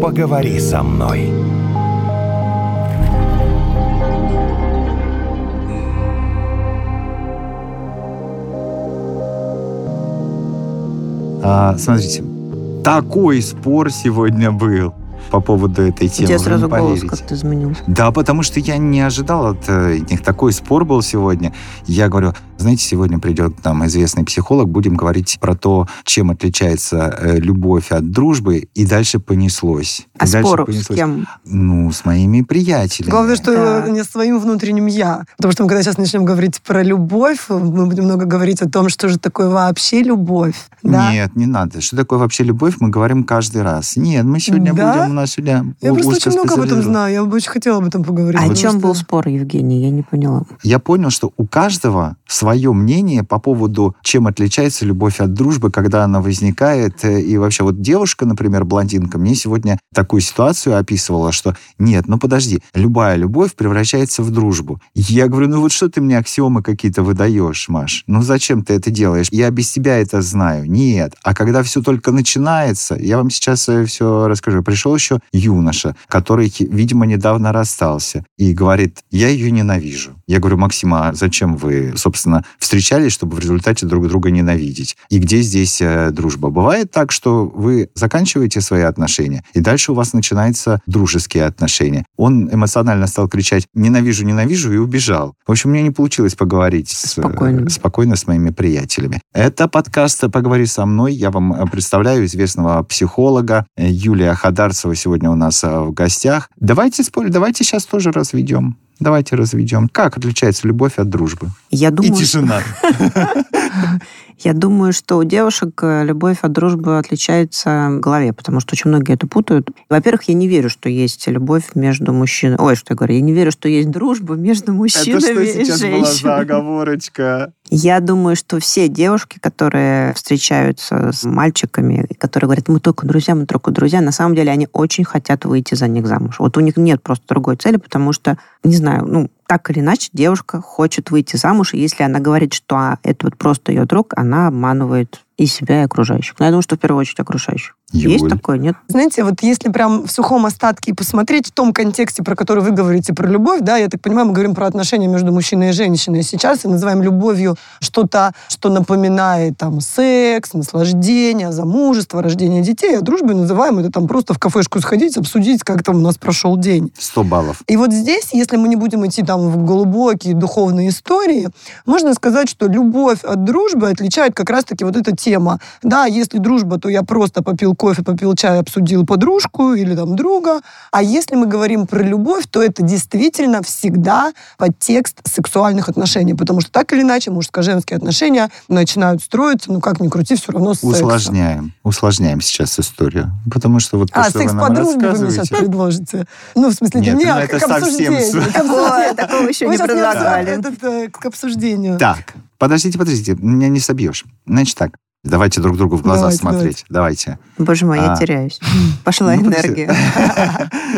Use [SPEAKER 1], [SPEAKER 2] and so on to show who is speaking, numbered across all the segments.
[SPEAKER 1] поговори со мной.
[SPEAKER 2] А, смотрите, такой спор сегодня был по поводу этой темы.
[SPEAKER 3] У тебя
[SPEAKER 2] вы не
[SPEAKER 3] сразу голос
[SPEAKER 2] поверите.
[SPEAKER 3] как-то изменился.
[SPEAKER 2] Да, потому что я не ожидал от э, них. Такой спор был сегодня. Я говорю, знаете, сегодня придет к нам известный психолог, будем говорить про то, чем отличается э, любовь от дружбы, и дальше понеслось.
[SPEAKER 3] А
[SPEAKER 2] И дальше
[SPEAKER 3] спор с
[SPEAKER 2] понеслось.
[SPEAKER 3] кем?
[SPEAKER 2] Ну, с моими приятелями.
[SPEAKER 4] Главное, что
[SPEAKER 3] Да.
[SPEAKER 4] не своим внутренним я. Потому что мы когда сейчас начнем говорить про любовь, мы будем много говорить о том, что же такое вообще любовь. Да?
[SPEAKER 2] Нет, не надо. Что такое вообще любовь, мы говорим каждый раз. Нет, мы сегодня
[SPEAKER 4] Да?
[SPEAKER 2] будем, у нас сегодня
[SPEAKER 4] Я
[SPEAKER 2] у-
[SPEAKER 4] просто
[SPEAKER 2] узко
[SPEAKER 4] очень много об этом
[SPEAKER 2] специализирован.
[SPEAKER 4] знаю. Я бы очень хотела об этом поговорить.
[SPEAKER 3] А о
[SPEAKER 4] потому
[SPEAKER 3] чем
[SPEAKER 4] что-
[SPEAKER 3] был спор, Евгений? Я не поняла.
[SPEAKER 2] Я понял, что у каждого свое мнение по поводу, чем отличается любовь от дружбы, когда она возникает. э, И вообще, вот девушка, например, блондинка, мне сегодня такую ситуацию описывала, что нет, ну подожди, любая любовь превращается в дружбу. Я говорю, ну вот что ты мне аксиомы какие-то выдаешь, Маш? Ну зачем ты это делаешь? Я без тебя это знаю. Нет. А когда все только начинается, я вам сейчас все расскажу. Пришел еще юноша, который, видимо, недавно расстался, и говорит, я ее ненавижу. Я говорю, Максим, а зачем вы, собственно, встречались, чтобы в результате друг друга ненавидеть? И где здесь э, дружба? Бывает так, что вы заканчиваете свои отношения, и дальше у вас начинаются дружеские отношения. Он эмоционально стал кричать «ненавижу, ненавижу» и убежал. В общем, мне не получилось поговорить с, э,
[SPEAKER 3] Спокойно.
[SPEAKER 2] спокойно с моими приятелями. Это подкаст «Поговори со мной». Я вам э, представляю известного психолога э, Юлия Хадарцева сегодня у нас э, в гостях. Давайте спорить, давайте сейчас тоже разведем. Давайте разведем. Как отличается любовь от дружбы?
[SPEAKER 3] Я думаю,
[SPEAKER 2] И тишина.
[SPEAKER 3] Я думаю, что у девушек э, любовь от дружбы отличается в голове, потому что очень многие это путают. Во-первых, я не верю, что есть любовь между мужчинами. Ой, что я говорю, я не верю, что есть дружба между мужчинами и женщинами.
[SPEAKER 2] оговорочка?
[SPEAKER 3] Я думаю, что все девушки, которые встречаются с мальчиками, и которые говорят, мы только друзья, мы только друзья, на самом деле они очень хотят выйти за них замуж. Вот у них нет просто другой цели, потому что, не знаю, ну, так или иначе, девушка хочет выйти замуж, и если она говорит, что а, это вот просто ее друг, она обманывает и себя, и окружающих. Но я думаю, что в первую очередь окружающих. Есть
[SPEAKER 2] Юль.
[SPEAKER 3] такое, нет?
[SPEAKER 4] Знаете, вот если прям в сухом остатке и посмотреть в том контексте, про который вы говорите, про любовь, да, я так понимаю, мы говорим про отношения между мужчиной и женщиной сейчас, и называем любовью что-то, что напоминает там секс, наслаждение, замужество, рождение детей, а дружбой называем это там просто в кафешку сходить, обсудить, как там у нас прошел день.
[SPEAKER 2] 100 баллов.
[SPEAKER 4] И вот здесь, если мы не будем идти там в глубокие духовные истории, можно сказать, что любовь от дружбы отличает как раз-таки вот эта тема. Да, если дружба, то я просто попил кофе, попил чай, обсудил подружку или там друга. А если мы говорим про любовь, то это действительно всегда подтекст сексуальных отношений, потому что так или иначе мужско-женские отношения начинают строиться, ну как ни крути, все равно с секса.
[SPEAKER 2] Усложняем. Усложняем сейчас историю. Потому что вот то,
[SPEAKER 4] А,
[SPEAKER 2] что вы
[SPEAKER 4] секс по
[SPEAKER 2] нам
[SPEAKER 4] дружбе вы мне сейчас
[SPEAKER 2] рассказываете...
[SPEAKER 4] предложите. Ну, в смысле,
[SPEAKER 2] Нет,
[SPEAKER 4] не,
[SPEAKER 2] ну,
[SPEAKER 4] а
[SPEAKER 2] это
[SPEAKER 4] к
[SPEAKER 2] совсем
[SPEAKER 4] обсуждению,
[SPEAKER 2] с-
[SPEAKER 4] к обсуждению.
[SPEAKER 3] Ой, такого еще
[SPEAKER 4] Вы
[SPEAKER 3] не
[SPEAKER 4] сейчас меня
[SPEAKER 3] предлагали.
[SPEAKER 4] за- этот, э, к обсуждению.
[SPEAKER 2] Так, подождите, подождите, меня не собьешь. Значит так, давайте друг другу в глаза
[SPEAKER 4] Давайте,
[SPEAKER 2] смотреть. Давайте.
[SPEAKER 3] Боже мой, я
[SPEAKER 2] А.
[SPEAKER 3] теряюсь. Пошла
[SPEAKER 2] Ну,
[SPEAKER 3] энергия.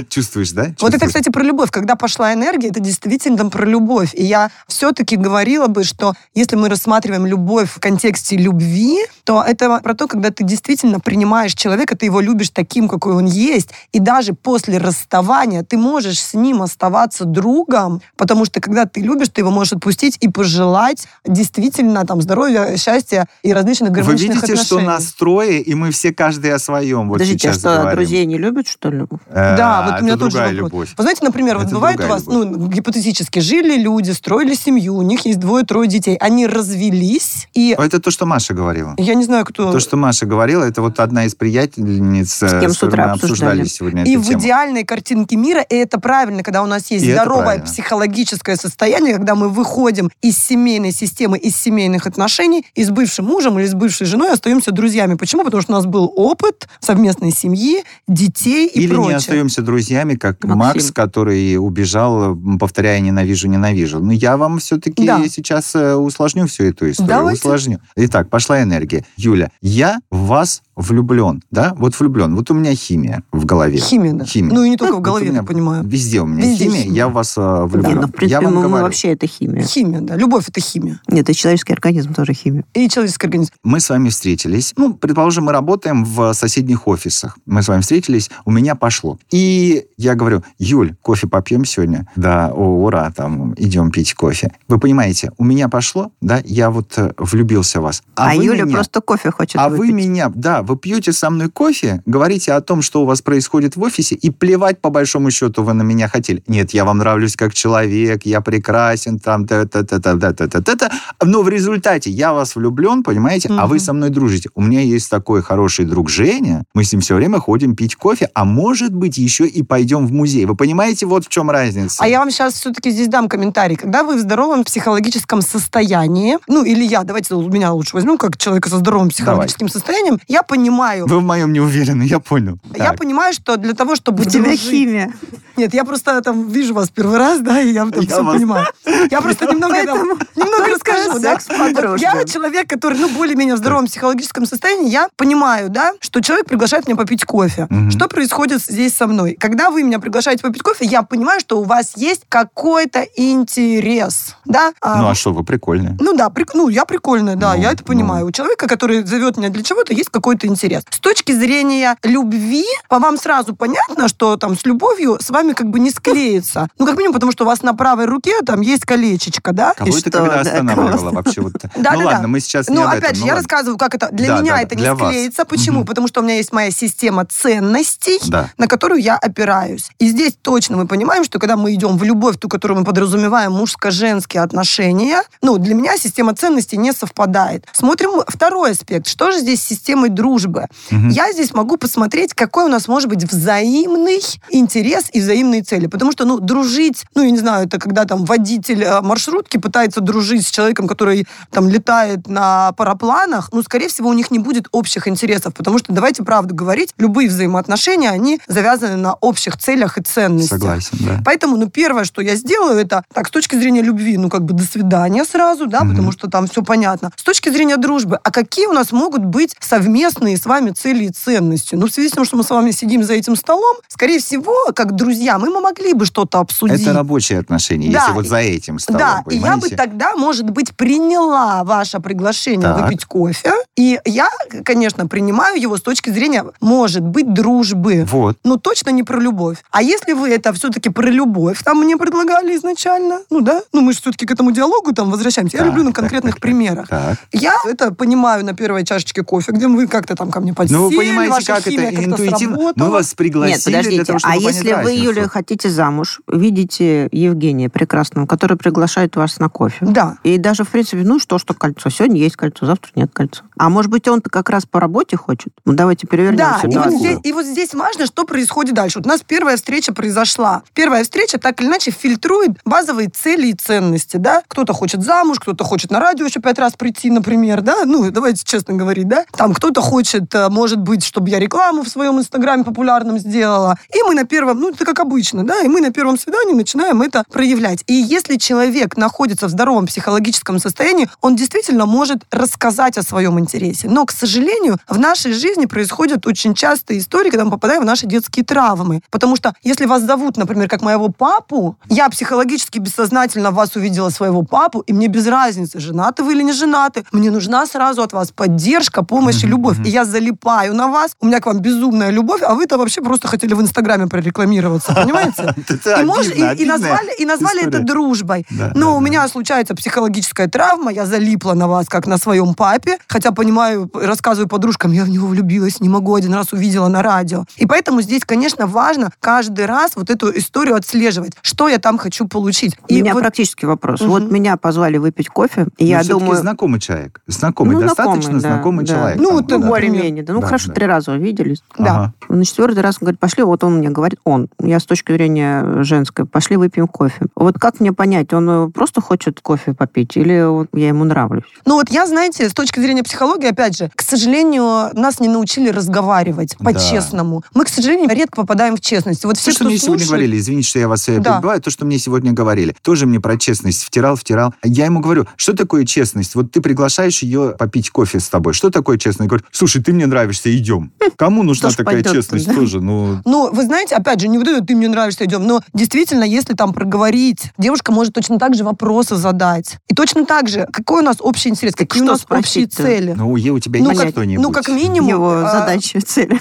[SPEAKER 2] Чувствуешь, да?
[SPEAKER 4] Вот это,
[SPEAKER 2] Чувствуешь?
[SPEAKER 4] кстати, про любовь. Когда пошла энергия, это действительно там про любовь. И я все-таки говорила бы, что если мы рассматриваем любовь в контексте любви, то это про то, когда ты действительно принимаешь человека, ты его любишь таким, какой он есть. И даже после расставания ты можешь с ним оставаться другом, потому что когда ты любишь, ты его можешь отпустить и пожелать действительно там здоровья, счастья и различных
[SPEAKER 2] Вы
[SPEAKER 4] гармоничных
[SPEAKER 2] видите, что
[SPEAKER 4] отношений.
[SPEAKER 2] нас трое, и мы все каждый о своем. Вот
[SPEAKER 3] Подождите, а
[SPEAKER 2] сейчас
[SPEAKER 3] что,
[SPEAKER 2] говорим.
[SPEAKER 3] друзей не любят, что ли?
[SPEAKER 2] Э,
[SPEAKER 4] Да, вот у меня
[SPEAKER 2] это
[SPEAKER 4] тоже
[SPEAKER 2] другая
[SPEAKER 4] вопрос.
[SPEAKER 2] любовь.
[SPEAKER 4] Вы знаете, например, вот
[SPEAKER 2] Это
[SPEAKER 4] бывает у
[SPEAKER 2] другая
[SPEAKER 4] вас, ну, гипотетически, жили люди, строили семью, у них есть двое-трое детей, они развелись, и
[SPEAKER 2] А Это то, что Маша говорила.
[SPEAKER 4] я не знаю, кто...
[SPEAKER 2] То, что Маша говорила, это вот одна из приятельниц,
[SPEAKER 3] кем
[SPEAKER 2] э,
[SPEAKER 3] с
[SPEAKER 2] которой
[SPEAKER 3] утра
[SPEAKER 2] мы обсуждали
[SPEAKER 3] обсуждали.
[SPEAKER 2] сегодня
[SPEAKER 4] и
[SPEAKER 2] эту
[SPEAKER 4] в
[SPEAKER 2] тему.
[SPEAKER 4] идеальной картинке мира, и это правильно, когда у нас есть
[SPEAKER 2] И это
[SPEAKER 4] здоровое
[SPEAKER 2] правильно.
[SPEAKER 4] психологическое состояние, когда мы выходим из семейной системы, из семейных отношений, и с бывшим мужем или с бывшей женой остаемся друзьями. Почему? Потому что у нас был опыт совместной семьи, детей и
[SPEAKER 2] Или не
[SPEAKER 4] прочее.
[SPEAKER 2] остаемся друзьями, как
[SPEAKER 3] Максим.
[SPEAKER 2] Макс, который убежал, м, повторяя «ненавижу, ненавижу». Но я вам все-таки
[SPEAKER 4] Да.
[SPEAKER 2] сейчас э, усложню всю эту историю.
[SPEAKER 4] Давайте.
[SPEAKER 2] Усложню. Итак, пошла энергия. Юля, я в вас влюблен, да, вот влюблен, вот у меня химия в голове.
[SPEAKER 4] Химия, да.
[SPEAKER 2] Химия.
[SPEAKER 4] Ну и не только в голове,
[SPEAKER 2] Вот у
[SPEAKER 4] я
[SPEAKER 2] меня
[SPEAKER 4] так понимаю.
[SPEAKER 2] Везде у меня
[SPEAKER 4] Везде
[SPEAKER 2] химия,
[SPEAKER 4] химия.
[SPEAKER 2] я в вас э, влюблен.
[SPEAKER 3] Не, ну, в принципе,
[SPEAKER 2] я вам
[SPEAKER 3] мы, мы
[SPEAKER 2] говорю,
[SPEAKER 3] вообще это химия.
[SPEAKER 4] Химия, да. Любовь это химия.
[SPEAKER 3] Нет, и человеческий организм тоже химия.
[SPEAKER 4] И человеческий организм.
[SPEAKER 2] мы с вами встретились, ну, предположим, мы работаем в соседних офисах, мы с вами встретились, у меня пошло. И я говорю, Юль, кофе попьем сегодня? Да, о, ура, там, идем пить кофе. Вы понимаете, у меня пошло, да, я вот э, влюбился в вас.
[SPEAKER 3] А,
[SPEAKER 2] вы
[SPEAKER 3] Юля
[SPEAKER 2] меня-
[SPEAKER 3] просто кофе хочет
[SPEAKER 2] а вы
[SPEAKER 3] выпить.
[SPEAKER 2] меня, да, вы пьете со мной кофе, говорите о том, что у вас происходит в офисе, и плевать, по большому счету, вы на меня хотели. Нет, я вам нравлюсь как человек, я прекрасен, там, та та та та та та та та та Но в результате я вас влюблен, понимаете, а вы
[SPEAKER 4] Мгм.
[SPEAKER 2] со мной дружите. У меня есть такой хороший друг Женя, мы с ним все время ходим пить кофе, а может быть, еще и пойдем в музей. Вы понимаете, вот в чем разница?
[SPEAKER 4] А я вам сейчас все-таки здесь дам комментарий. Когда вы в здоровом психологическом состоянии, ну или я, давайте меня лучше возьмем, как человека со здоровым психологическим состоянием, я понимаю,
[SPEAKER 2] Вы в моем не уверены, я понял.
[SPEAKER 4] я
[SPEAKER 2] Так.
[SPEAKER 4] понимаю, что для того, чтобы...
[SPEAKER 3] У тебя
[SPEAKER 4] дружить-
[SPEAKER 3] химия.
[SPEAKER 4] Нет, я просто там вижу вас первый раз, да, и я там
[SPEAKER 2] Я
[SPEAKER 4] все
[SPEAKER 2] вас-
[SPEAKER 4] понимаю. Ну, Я просто немного, там-
[SPEAKER 3] Поэтому
[SPEAKER 4] немного
[SPEAKER 3] только
[SPEAKER 4] расскажу, да.
[SPEAKER 3] секс по
[SPEAKER 4] Вот Я
[SPEAKER 3] дружбе.
[SPEAKER 4] человек, который, ну, более-менее в здоровом психологическом состоянии, я понимаю, да, что человек приглашает меня попить кофе.
[SPEAKER 2] Мгм.
[SPEAKER 4] Что происходит здесь со мной? Когда вы меня приглашаете попить кофе, я понимаю, что у вас есть какой-то интерес, да. А,
[SPEAKER 2] Ну а что, вы прикольные.
[SPEAKER 4] ну да, прик- ну я прикольная, да,
[SPEAKER 2] Ну,
[SPEAKER 4] я это
[SPEAKER 2] ну.
[SPEAKER 4] понимаю. У человека, который зовет меня для чего-то, есть какой-то интерес. С точки зрения любви, по вам сразу понятно, что там с любовью с вами как бы не склеится. Ну, как минимум, потому что у вас на правой руке там есть колечечко, да?
[SPEAKER 2] Кого
[SPEAKER 3] И
[SPEAKER 2] это
[SPEAKER 3] что,
[SPEAKER 2] когда
[SPEAKER 3] да,
[SPEAKER 2] останавливало
[SPEAKER 3] классно.
[SPEAKER 2] вообще? Вот...
[SPEAKER 4] да,
[SPEAKER 2] ну
[SPEAKER 4] да.
[SPEAKER 2] ладно, мы сейчас не
[SPEAKER 4] Ну,
[SPEAKER 2] об этом.
[SPEAKER 4] опять же,
[SPEAKER 2] ну
[SPEAKER 4] я
[SPEAKER 2] ладно.
[SPEAKER 4] рассказываю, как это... Для
[SPEAKER 2] Да,
[SPEAKER 4] меня
[SPEAKER 2] да,
[SPEAKER 4] это
[SPEAKER 2] для
[SPEAKER 4] не
[SPEAKER 2] вас.
[SPEAKER 4] склеится. Почему?
[SPEAKER 2] Мгм.
[SPEAKER 4] Потому что у меня есть моя система ценностей,
[SPEAKER 2] Да.
[SPEAKER 4] на которую я опираюсь. И здесь точно мы понимаем, что когда мы идем в любовь, ту, которую мы подразумеваем, мужско-женские отношения, ну, для меня система ценностей не совпадает. Смотрим второй аспект. Что же здесь с системой дружбы?
[SPEAKER 2] Мгм.
[SPEAKER 4] Я здесь могу посмотреть, какой у нас может быть взаимный интерес и взаимные цели. Потому что, ну, дружить, ну, я не знаю, это когда там водитель э, маршрутки пытается дружить с человеком, который там летает на парапланах, ну, скорее всего, у них не будет общих интересов. Потому что, давайте правду говорить, любые взаимоотношения, они завязаны на общих целях и ценностях.
[SPEAKER 2] Согласен, да.
[SPEAKER 4] Поэтому, ну, первое, что я сделаю, это, так, с точки зрения любви, ну, как бы до свидания сразу, да,
[SPEAKER 2] Мгм.
[SPEAKER 4] потому что там все понятно. С точки зрения дружбы, а какие у нас могут быть совместные с вами цели и ценности? Ну, в связи с тем, что мы с вами сидим за этим столом, скорее всего, как друзья, мы могли бы что-то обсудить.
[SPEAKER 2] Это рабочие отношения,
[SPEAKER 4] Да,
[SPEAKER 2] если вот за этим столом,
[SPEAKER 4] Да, и я бы
[SPEAKER 2] понимаете?
[SPEAKER 4] тогда, может быть, приняла ваше приглашение
[SPEAKER 2] Так.
[SPEAKER 4] выпить кофе. И я, конечно, принимаю его с точки зрения, может быть, дружбы.
[SPEAKER 2] Вот.
[SPEAKER 4] Ну, точно не про любовь. А если вы это все-таки про любовь, там мне предлагали изначально, ну да, ну мы же все-таки к этому диалогу там возвращаемся.
[SPEAKER 2] Так,
[SPEAKER 4] я люблю на
[SPEAKER 2] так,
[SPEAKER 4] конкретных
[SPEAKER 2] так, так.
[SPEAKER 4] примерах.
[SPEAKER 2] Так.
[SPEAKER 4] Я это понимаю на первой чашечке кофе, где вы как-то там ко мне подсели,
[SPEAKER 2] Ну, вы понимаете,
[SPEAKER 4] ваша
[SPEAKER 2] как это
[SPEAKER 4] химия как-то
[SPEAKER 2] интуитивно?
[SPEAKER 4] сработала.
[SPEAKER 2] Мы вас пригласили
[SPEAKER 3] Нет, подождите,
[SPEAKER 2] для того, чтобы
[SPEAKER 3] а
[SPEAKER 2] понять
[SPEAKER 3] если вы,
[SPEAKER 2] разницу.
[SPEAKER 3] Юля, хотите замуж, видите Евгения прекрасного, который приглашает вас на кофе,
[SPEAKER 4] Да.
[SPEAKER 3] и даже, в принципе, ну что, что кольцо. Сегодня есть кольцо, завтра нет кольца. А может быть, он-то как раз по работе хочет? Ну, давайте перевернем
[SPEAKER 4] Да, и вот,
[SPEAKER 3] ситуацию.
[SPEAKER 4] здесь, и вот здесь важно, что происходит дальше. Вот у нас первая встреча произошла. Первая встреча так или иначе фильтрует базовые цели и ценности, да. Кто-то хочет замуж, кто-то хочет на радио еще пять раз прийти, например, да. Ну, давайте честно говорить, да. Там кто-то хочет, э, может быть, чтобы я рекламу в своем инстаграме популярном сделала. И мы на первом, ну, это как обычно, да, и мы на первом свидании начинаем это проявлять. И если человек находится в здоровом психологическом состоянии, он действительно может рассказать о своем интересе. Но, к сожалению, в нашей жизни происходят очень часто истории, когда мы попадаем в наши детские травмы. Потому что если вас зовут, например, как моего папу, я психологически бессознательно в вас увидела своего папу, и мне без разницы, женаты вы или не женаты, мне нужна сразу от вас поддержка, помощь и
[SPEAKER 2] Мгм,
[SPEAKER 4] любовь.
[SPEAKER 2] мгм.
[SPEAKER 4] И я залипаю на вас, у меня к вам безумная любовь, а вы-то вообще просто хотели в Инстаграме прорекламироваться, понимаете?
[SPEAKER 2] Это
[SPEAKER 4] и, мож- и-
[SPEAKER 2] обидно,
[SPEAKER 4] и
[SPEAKER 2] обидная
[SPEAKER 4] назвали, и назвали это
[SPEAKER 2] история.
[SPEAKER 4] дружбой.
[SPEAKER 2] Да,
[SPEAKER 4] Но
[SPEAKER 2] да,
[SPEAKER 4] Ну, у
[SPEAKER 2] да.
[SPEAKER 4] меня случается психологическая травма, я залипла на вас, как на своем папе, хотя понимаю, рассказываю подружкам, я в него влюбилась, не могу, один раз увидела на радио. И поэтому здесь, конечно, важно каждый раз вот эту историю отслеживать, что я там хочу получить.
[SPEAKER 3] У
[SPEAKER 4] И
[SPEAKER 3] меня
[SPEAKER 4] вот-
[SPEAKER 3] практический вопрос.
[SPEAKER 4] Мгм.
[SPEAKER 3] Вот меня позвали выпить кофе, и
[SPEAKER 2] Но
[SPEAKER 3] я
[SPEAKER 2] Ну, всё-таки
[SPEAKER 3] думаю...
[SPEAKER 2] знакомый человек. Знакомый,
[SPEAKER 3] ну,
[SPEAKER 2] достаточно
[SPEAKER 3] знакомый, да,
[SPEAKER 2] знакомый
[SPEAKER 3] да.
[SPEAKER 2] человек.
[SPEAKER 4] Ну,
[SPEAKER 2] там,
[SPEAKER 4] вот
[SPEAKER 2] да.
[SPEAKER 4] более-
[SPEAKER 3] более-менее. Да, ну,
[SPEAKER 2] Да,
[SPEAKER 3] хорошо,
[SPEAKER 2] да.
[SPEAKER 3] три раза увиделись.
[SPEAKER 4] да.
[SPEAKER 2] Ага.
[SPEAKER 3] На четвертый раз он говорит, пошли, вот он мне говорит, он, я с точки зрения женской, пошли выпьем кофе. Вот как мне понять, он э, просто хочет кофе попить или он- я ему нравлюсь?
[SPEAKER 4] Ну вот я, знаете, с точки зрения многие, опять же, к сожалению, нас не научили разговаривать
[SPEAKER 2] Да.
[SPEAKER 4] по-честному. Мы, к сожалению, редко попадаем в честность. Вот все,
[SPEAKER 2] То, что
[SPEAKER 4] кто
[SPEAKER 2] ну, мне сегодня
[SPEAKER 4] слушает-
[SPEAKER 2] говорили, извините, что я вас э,
[SPEAKER 4] Да.
[SPEAKER 2] перебиваю, то, что мне сегодня говорили, тоже мне про честность втирал, втирал. Я ему говорю, что такое честность? Вот ты приглашаешь ее попить кофе с тобой. Что такое честность? Говорю, слушай, ты мне нравишься, идем. Кому нужна
[SPEAKER 3] Тоже
[SPEAKER 2] такая
[SPEAKER 3] пойдет
[SPEAKER 2] честность
[SPEAKER 3] туда.
[SPEAKER 2] тоже? Ну,
[SPEAKER 4] Ну, вы знаете, опять же, не вот это «ты мне нравишься, идем», но действительно, если там проговорить, девушка может точно так же вопросы задать. И точно так же, какой у нас общий интерес, какие у
[SPEAKER 3] что
[SPEAKER 4] нас общие
[SPEAKER 3] спросить-то?
[SPEAKER 4] цели.
[SPEAKER 2] ну е- у тебя
[SPEAKER 4] Ну,
[SPEAKER 2] есть
[SPEAKER 4] как-
[SPEAKER 2] что-нибудь?
[SPEAKER 4] ну, как минимум...
[SPEAKER 3] Его
[SPEAKER 4] а,
[SPEAKER 3] задачи, цели.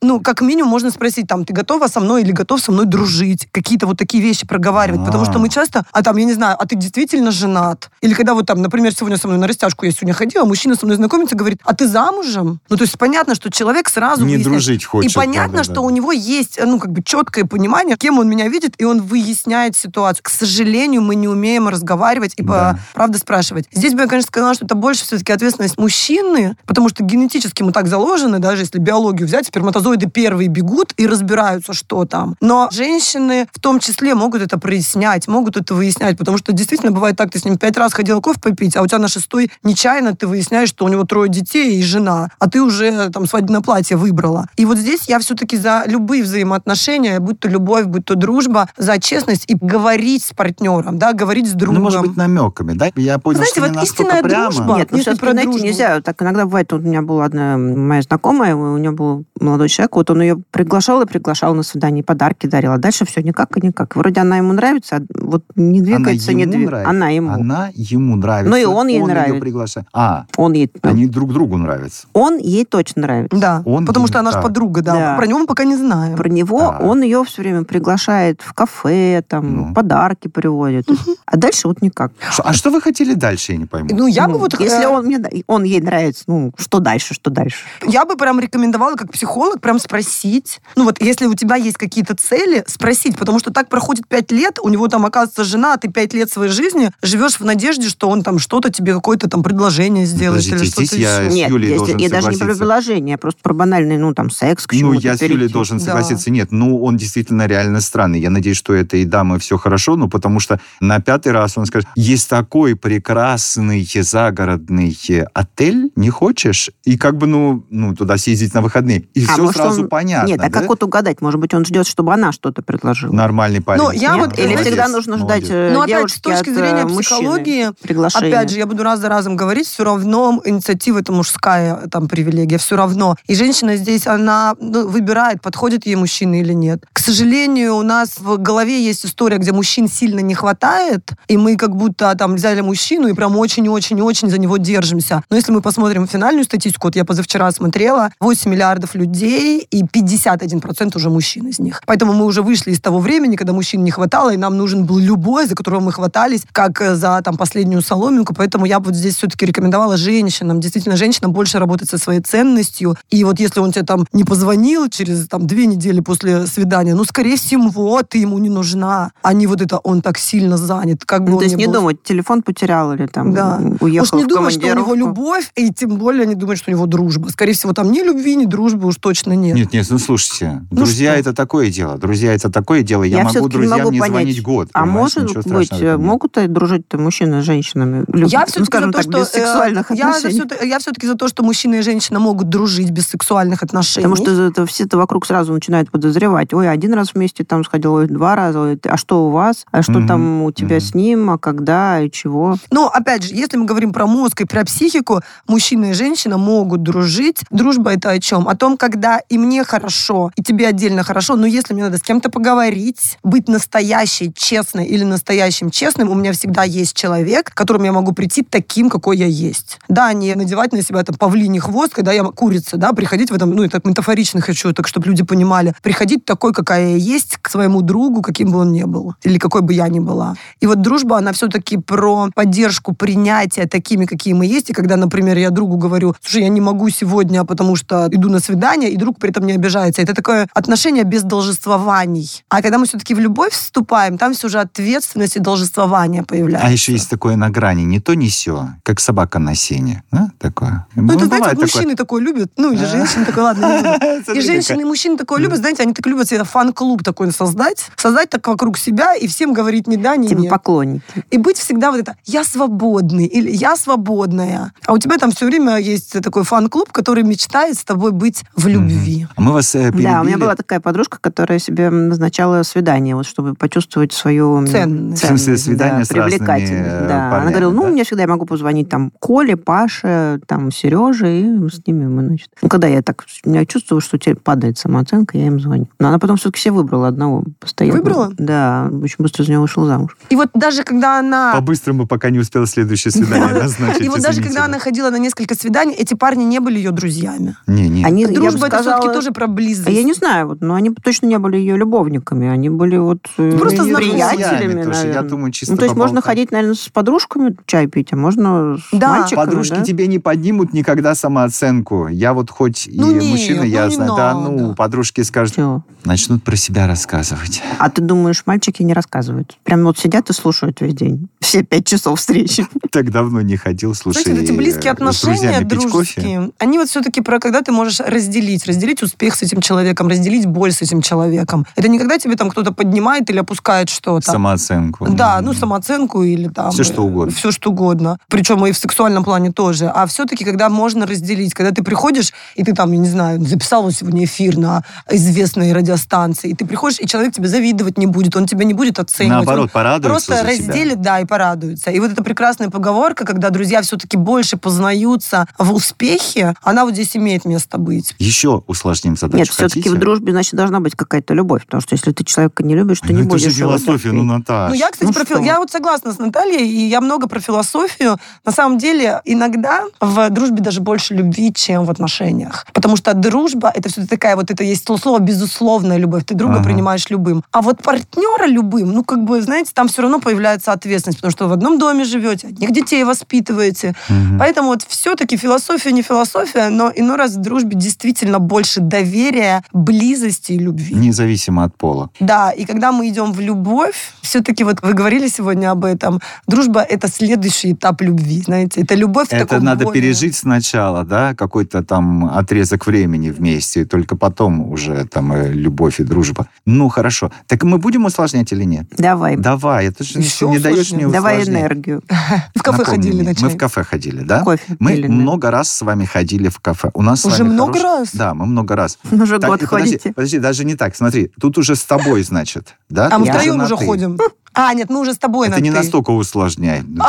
[SPEAKER 4] Ну, как минимум можно спросить, там, ты готова со мной или готов со мной дружить? Какие-то вот такие вещи проговаривать. Потому что мы
[SPEAKER 2] А.
[SPEAKER 4] часто, а там, я не знаю, а ты действительно женат? Или когда вот там, например, сегодня со мной на растяжку я сегодня ходила, мужчина со мной знакомится, говорит, а ты замужем? Ну, то есть понятно, что человек сразу
[SPEAKER 2] Не
[SPEAKER 4] выясняет.
[SPEAKER 2] дружить хочет.
[SPEAKER 4] И понятно,
[SPEAKER 2] да-да-да.
[SPEAKER 4] что у него есть, ну, как бы четкое понимание, кем он меня видит, и он выясняет ситуацию. К сожалению, мы не умеем разговаривать и, по-
[SPEAKER 2] Да.
[SPEAKER 4] правда, спрашивать. Здесь бы я, конечно, сказала, что это больше все-таки ответственность мужчины, потому что генетически мы так заложены, даже если биологию взять, сперматозоиды первые бегут и разбираются, что там. Но женщины в том числе могут это прояснять, могут это выяснять, потому что действительно бывает так, ты с ним пять раз ходила кофе попить, а у тебя на шестой нечаянно ты выясняешь, что у него трое детей и жена, а ты уже там свадебное платье выбрала. И вот здесь я все-таки за любые взаимоотношения, будь то любовь, будь то дружба, за честность и говорить с партнером, да, говорить с другом.
[SPEAKER 2] Ну, может быть, намеками, да? Я понял,
[SPEAKER 4] Знаете,
[SPEAKER 2] что
[SPEAKER 4] вот
[SPEAKER 2] не настолько
[SPEAKER 4] истинная
[SPEAKER 2] прямо.
[SPEAKER 4] дружба-
[SPEAKER 3] Нет, ну
[SPEAKER 4] Если
[SPEAKER 3] все-таки,
[SPEAKER 4] про
[SPEAKER 3] знаете,
[SPEAKER 4] дружбу.
[SPEAKER 3] нельзя. Так иногда бывает, вот у меня была одна моя знакомая, у нее был молодой человек, вот он ее приглашал и приглашал на свидание, и подарки дарил, а дальше все никак и никак. Вроде она ему нравится, а вот не двигается, не
[SPEAKER 2] ему
[SPEAKER 3] двигается.
[SPEAKER 2] нравится?
[SPEAKER 3] Она ему.
[SPEAKER 2] Она ему нравится.
[SPEAKER 3] Ну, и он ей нравится.
[SPEAKER 2] Ее приглашает. А,
[SPEAKER 3] Он ей,
[SPEAKER 2] они друг другу нравятся.
[SPEAKER 3] он ей точно нравится.
[SPEAKER 4] Да,
[SPEAKER 2] Он
[SPEAKER 4] потому что
[SPEAKER 2] именно
[SPEAKER 4] она же
[SPEAKER 2] так.
[SPEAKER 4] подруга, да.
[SPEAKER 3] Да.
[SPEAKER 4] Про него мы пока не знаем.
[SPEAKER 3] Про него
[SPEAKER 2] Да.
[SPEAKER 3] он ее все время приглашает в кафе, там
[SPEAKER 2] Ну.
[SPEAKER 3] подарки приводит, а дальше вот никак.
[SPEAKER 2] Ш- А что вы хотели дальше, я не пойму.
[SPEAKER 4] Ну, я бы
[SPEAKER 3] Ну,
[SPEAKER 4] вот...
[SPEAKER 3] если
[SPEAKER 4] э,
[SPEAKER 3] он мне, да- он ей нравится, ну что дальше, что дальше?
[SPEAKER 4] Я бы прям рекомендовала, как психолог, прям спросить. Ну вот, если у тебя есть какие-то цели, спросить, потому что так проходит пять лет, у него там оказывается жена, а ты пять лет своей жизни живешь в надежде, что он там что-то тебе, какое-то там предложение сделает
[SPEAKER 2] Подождите,
[SPEAKER 4] или что-то
[SPEAKER 2] здесь А я
[SPEAKER 4] еще.
[SPEAKER 2] с
[SPEAKER 3] Нет,
[SPEAKER 2] Юлей
[SPEAKER 3] если-
[SPEAKER 2] должен
[SPEAKER 3] я даже не про
[SPEAKER 2] согласиться.
[SPEAKER 3] предложение, а просто про банальный, ну там секс к
[SPEAKER 2] Ну,
[SPEAKER 3] чему-то
[SPEAKER 2] я с
[SPEAKER 3] перейти.
[SPEAKER 2] Юлей должен
[SPEAKER 4] Да.
[SPEAKER 2] согласиться. Нет, ну, он действительно реально странный. Я надеюсь, что это и дамы все хорошо, ну, потому что на пятый раз он скажет, есть такой прекрасный загородный отель, не хочешь? И как бы, ну, ну туда съездить на выходные. И
[SPEAKER 3] А
[SPEAKER 2] все
[SPEAKER 3] может,
[SPEAKER 2] сразу
[SPEAKER 3] он-
[SPEAKER 2] понятно,
[SPEAKER 3] Нет, а
[SPEAKER 2] да?
[SPEAKER 3] как вот угадать? Может быть, он ждет, чтобы она что-то предложила.
[SPEAKER 2] Нормальный парень.
[SPEAKER 4] Ну, я
[SPEAKER 3] Нет?
[SPEAKER 4] вот-
[SPEAKER 3] Или
[SPEAKER 4] молодец,
[SPEAKER 3] всегда нужно ждать
[SPEAKER 2] молодец.
[SPEAKER 3] э,
[SPEAKER 4] Но Ну, опять,
[SPEAKER 3] девушки
[SPEAKER 4] с точки
[SPEAKER 3] от, э,
[SPEAKER 4] зрения
[SPEAKER 3] мужчины
[SPEAKER 4] психологии,
[SPEAKER 3] приглашение.
[SPEAKER 4] Опять же, я буду раз за разом говорить, все равно инициатива это мужская там привилегия, все равно. И женщина здесь, она ну, выбирает, подходит ей мужчина или нет. К сожалению, у нас в голове есть история, где мужчин сильно не хватает, и мы как будто а, там взяли мужчину и прям очень-очень-очень за него держимся. Но если мы посмотрим финальную статистику, вот я позавчера смотрела, 8 миллиардов людей и 51% уже мужчин из них. Поэтому мы уже вышли из того времени, когда мужчин не хватало, и нам нужен был любой, за которого мы хватались, как э, за там последнюю соломинку. Поэтому я бы вот здесь все-таки рекомендовала женщинам, действительно женщинам больше работать со своей ценностью. И вот если он тебе там не позвонил через там две недели после свидания, ну, скорее всего, ты ему не нужна, а не вот это он так сильно занят. Как бы
[SPEAKER 3] Ну,
[SPEAKER 4] он
[SPEAKER 3] то есть
[SPEAKER 4] ни
[SPEAKER 3] не
[SPEAKER 4] был
[SPEAKER 3] думать, телефон потерял или там
[SPEAKER 4] Да.
[SPEAKER 3] м, уехал
[SPEAKER 4] Уж не
[SPEAKER 3] в
[SPEAKER 4] думать, что у него
[SPEAKER 3] командировку.
[SPEAKER 4] любовь, и тем более не думать, что у него дружба. Скорее всего, там ни любви, ни дружбы уж точно
[SPEAKER 3] э,
[SPEAKER 4] нет.
[SPEAKER 2] Нет, нет, ну слушайте,
[SPEAKER 4] Ну
[SPEAKER 2] друзья
[SPEAKER 4] что?
[SPEAKER 2] это такое дело, друзья это такое дело. Я,
[SPEAKER 3] Я
[SPEAKER 2] могу
[SPEAKER 3] всё-таки не
[SPEAKER 2] друзьям
[SPEAKER 3] могу
[SPEAKER 2] не,
[SPEAKER 3] понять.
[SPEAKER 2] звонить год.
[SPEAKER 3] А
[SPEAKER 2] понимаешь?
[SPEAKER 3] может
[SPEAKER 2] Ничего
[SPEAKER 3] быть, э,
[SPEAKER 2] страшного в этом нет.
[SPEAKER 3] могут и дружить-то мужчины с женщинами? Люб-
[SPEAKER 4] Я
[SPEAKER 3] ну,
[SPEAKER 4] все-таки
[SPEAKER 3] скажем
[SPEAKER 4] за то,
[SPEAKER 3] так, без
[SPEAKER 4] что э,
[SPEAKER 3] сексуальных
[SPEAKER 4] я за
[SPEAKER 3] отношений.
[SPEAKER 4] всё-та- я все-таки за то, что мужчина и женщина могут дружить без сексуальных отношений.
[SPEAKER 3] Потому что это, все-то вокруг сразу начинают подозревать. Ой, один раз вместе там сходил, ой, два раза, ой, а что у вас, а что
[SPEAKER 2] Мгм,
[SPEAKER 3] там у тебя
[SPEAKER 2] мгм.
[SPEAKER 3] с ним, а когда, и чего.
[SPEAKER 4] Но опять же, если мы говорим про мозг и про психику, мужчина и женщина могут дружить. Дружба это о чем? О том, когда и мне хорошо, и тебе отдельно хорошо, но если мне надо с кем-то поговорить, быть настоящей, честной или настоящим честным, у меня всегда есть человек, к которому я могу прийти таким, какой я есть. Да, не надевать на себя там павлиний хвост, когда я курица, да, приходить в этом, ну, это метафорично хочу, так, чтобы люди понимали, приходить такой, какая я есть, к своему другу, каким бы он ни был, или какой бы я ни была. И вот дружба, она все-таки про поддержку, принятие такими, какие мы есть. И когда, например, я другу говорю, слушай, я не могу сегодня, потому что иду на свидание, и друг при этом не обижается. Это такое отношение без должествований. А когда мы все-таки в любовь вступаем, там все же ответственность и должествование появляется.
[SPEAKER 2] А еще есть такое на грани, не то не сё, как собака на сене, да, такое.
[SPEAKER 4] Ну,
[SPEAKER 2] Ну,
[SPEAKER 4] это, знаете,
[SPEAKER 2] бывает
[SPEAKER 4] вот мужчины такое любят, ну, или
[SPEAKER 2] А.
[SPEAKER 4] женщины такое, ладно, не буду.
[SPEAKER 2] Смотри,
[SPEAKER 4] И женщины, и
[SPEAKER 2] какая.
[SPEAKER 4] мужчины такое
[SPEAKER 2] Да.
[SPEAKER 4] любят, знаете, они так любят себе фан-клуб такой создать, создать так вокруг себя и всем говорить не да, не
[SPEAKER 3] Типа
[SPEAKER 4] нет.
[SPEAKER 3] поклонники.
[SPEAKER 4] И быть всегда вот это «я свободный» или «я свободная». А у тебя там все время есть такой фан-клуб, который мечтает с тобой быть в любви.
[SPEAKER 2] Мы вас э, перебили.
[SPEAKER 3] Да, у меня была такая подружка, которая себе назначала свидание, вот чтобы почувствовать свою...
[SPEAKER 4] Ценность.
[SPEAKER 2] В смысле, свидание
[SPEAKER 3] да,
[SPEAKER 2] с разными,
[SPEAKER 3] привлекательность,
[SPEAKER 2] э,
[SPEAKER 3] да.
[SPEAKER 2] парнями,
[SPEAKER 3] Она говорила, ну,
[SPEAKER 2] да?
[SPEAKER 3] мне всегда я могу позвонить там Коле, Паше, там Сереже, и с ними мы, значит... Ну, когда я так... Я чувствую, что теперь падает самооценка, я им звоню. Но она потом все-таки все выбрала одного постоянно.
[SPEAKER 4] Выбрала?
[SPEAKER 3] Да, очень быстро из него вышла замуж.
[SPEAKER 4] И вот даже когда она...
[SPEAKER 2] По-быстрому, пока не успела следующее свидание назначить.
[SPEAKER 4] И вот даже
[SPEAKER 2] извините.
[SPEAKER 4] когда она ходила на несколько свиданий, эти парни не были ее друзьями.
[SPEAKER 2] Не, не.
[SPEAKER 3] Они, я бы
[SPEAKER 4] Дружба это
[SPEAKER 3] сказала,
[SPEAKER 4] все-таки тоже про близость.
[SPEAKER 3] А Я не знаю, вот, но они точно не были ее любовниками, они были вот
[SPEAKER 2] Ну,
[SPEAKER 3] э,
[SPEAKER 4] Просто
[SPEAKER 3] ее
[SPEAKER 4] знакомыми.
[SPEAKER 3] приятелями,
[SPEAKER 2] Потому что я
[SPEAKER 3] наверное.
[SPEAKER 2] думаю, чисто
[SPEAKER 3] Ну, то есть можно
[SPEAKER 2] поболтать.
[SPEAKER 3] ходить, наверное, с подружками чай пить, а можно с
[SPEAKER 4] Да.
[SPEAKER 3] мальчиками,
[SPEAKER 2] Подружки типа
[SPEAKER 3] да?
[SPEAKER 2] тебе не поднимут никогда самооценку. Я вот хоть и
[SPEAKER 4] Ну нет,
[SPEAKER 2] мужчина, я
[SPEAKER 4] ну не
[SPEAKER 2] знаю. Да,
[SPEAKER 4] надо.
[SPEAKER 2] ну, подружки скажут.
[SPEAKER 3] Всё.
[SPEAKER 2] Начнут про себя рассказывать.
[SPEAKER 3] А ты думаешь, мальчики не рассказывают? Прям вот сидят и слушают весь день. Все пять часов встречи.
[SPEAKER 2] Так давно не ходил, слушай.
[SPEAKER 4] Знаете, вот эти
[SPEAKER 2] э,
[SPEAKER 4] близкие
[SPEAKER 2] с друзьями
[SPEAKER 4] отношения
[SPEAKER 2] пить кофе.
[SPEAKER 4] дружеские, они вот все-таки про когда ты можешь разделить, разделить успех с этим человеком, разделить боль с этим человеком. Это не когда тебе там кто-то поднимает или опускает что-то.
[SPEAKER 2] Самооценку.
[SPEAKER 4] Да, ну самооценку или там...
[SPEAKER 2] Всё, что угодно.
[SPEAKER 4] Все, что угодно. Причем и в сексуальном плане тоже. А все-таки, когда можно разделить, когда ты приходишь, и ты там, я не знаю, записал вот сегодня эфир на известной радиостанции, и ты приходишь, и человек тебе завидовать не будет, он тебя не будет оценивать. он
[SPEAKER 2] Наоборот, порадуются
[SPEAKER 4] Просто
[SPEAKER 2] за тебя.
[SPEAKER 4] разделит, да, и порадуется. И вот эта прекрасная поговорка, когда друзья все-таки больше познаются в успехе, она вот здесь имеет место быть.
[SPEAKER 2] Еще усложним задачу.
[SPEAKER 3] Нет, все-таки в
[SPEAKER 2] хотите?
[SPEAKER 3] дружбе, значит, должна быть какая-то любовь, потому что если ты человека не любишь, то
[SPEAKER 2] Ну,
[SPEAKER 3] не
[SPEAKER 2] это
[SPEAKER 3] будешь...
[SPEAKER 2] же
[SPEAKER 3] его
[SPEAKER 2] философия, ну,
[SPEAKER 3] терпеть.
[SPEAKER 2] Наташа.
[SPEAKER 4] Ну, я, кстати,
[SPEAKER 3] ну
[SPEAKER 4] про
[SPEAKER 3] что
[SPEAKER 4] фил-
[SPEAKER 3] вы.
[SPEAKER 4] я вот согласна с Натальей, и я много про философию. На самом деле, иногда в дружбе даже больше любви, чем в отношениях. Потому что дружба это все такая вот, это есть слово безусловная любовь. Ты друга
[SPEAKER 2] Ага.
[SPEAKER 4] принимаешь любым. А вот партнера любым, ну, как бы, знаете, там все равно появляется ответственность, потому что вы в одном доме живете, одних детей воспитываете.
[SPEAKER 2] Мгм.
[SPEAKER 4] Поэтому вот все-таки философия не философия, но иной раз в дружбе действительно больше доверия, близости и любви.
[SPEAKER 2] Независимо от пола.
[SPEAKER 4] Да, и когда мы идем в любовь, все-таки вот вы говорили сегодня об этом, дружба — это следующий этап любви, знаете, это любовь в
[SPEAKER 2] Это
[SPEAKER 4] таком
[SPEAKER 2] надо
[SPEAKER 4] более-
[SPEAKER 2] пережить сначала, да, какой-то там отрезок времени вместе, и только потом уже там э, любовь и дружба. Ну, хорошо. Так мы будем усложнять или нет?
[SPEAKER 3] Давай.
[SPEAKER 2] Давай, это же
[SPEAKER 4] Ещё
[SPEAKER 2] не даешь
[SPEAKER 4] усложним.
[SPEAKER 2] мне
[SPEAKER 3] Давай
[SPEAKER 2] усложнять.
[SPEAKER 3] энергию.
[SPEAKER 4] В кафе
[SPEAKER 2] Напомни
[SPEAKER 4] ходили
[SPEAKER 2] мне,
[SPEAKER 4] на чай.
[SPEAKER 2] Мы в кафе ходили, да?
[SPEAKER 3] Кофе.
[SPEAKER 2] Мы
[SPEAKER 3] пили, да.
[SPEAKER 2] много раз с вами ходили в кафе. У нас с
[SPEAKER 4] Уже
[SPEAKER 2] вами
[SPEAKER 4] много
[SPEAKER 2] хорош-
[SPEAKER 4] раз?
[SPEAKER 2] Да, мы много раз.
[SPEAKER 3] Уже
[SPEAKER 2] Так,
[SPEAKER 3] год
[SPEAKER 2] подожди,
[SPEAKER 3] ходите.
[SPEAKER 2] подожди, даже не так. Смотри, тут уже с тобой, значит, да?
[SPEAKER 4] А мы
[SPEAKER 2] Тут
[SPEAKER 4] втроем
[SPEAKER 2] на
[SPEAKER 4] уже
[SPEAKER 2] «ты».
[SPEAKER 4] ходим. А, нет, мы уже с тобой на
[SPEAKER 2] Это не
[SPEAKER 4] «ты». А,
[SPEAKER 2] настолько усложняй. Ну,